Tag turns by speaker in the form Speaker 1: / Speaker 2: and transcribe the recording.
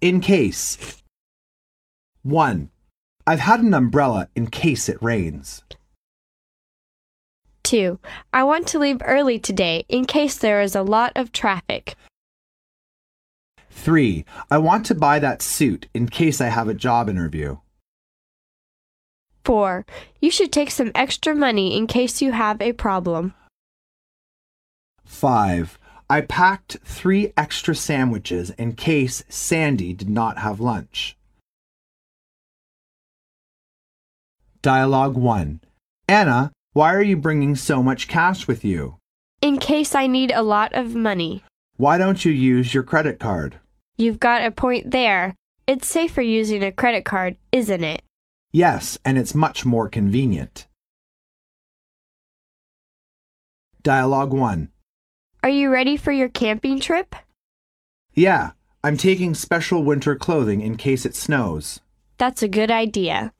Speaker 1: In case. 1. I've had an umbrella in case it rains.
Speaker 2: 2. I want to leave early today in case there is a lot of traffic.
Speaker 1: 3. I want to buy that suit in case I have a job interview.
Speaker 2: 4. You should take some extra money in case you have a problem.
Speaker 1: 5. I packed three extra sandwiches in case Sandy did not have lunch. Dialogue 1. Anna, why are you bringing so much cash with you?
Speaker 2: In case I need a lot of money.
Speaker 1: Why don't you use your credit card?
Speaker 2: You've got a point there. It's safer using a credit card, isn't it?
Speaker 1: Yes, and it's much more convenient. Dialogue 1.
Speaker 2: Are you ready for your camping trip?
Speaker 1: Yeah, I'm taking special winter clothing in case it snows.
Speaker 2: That's a good idea.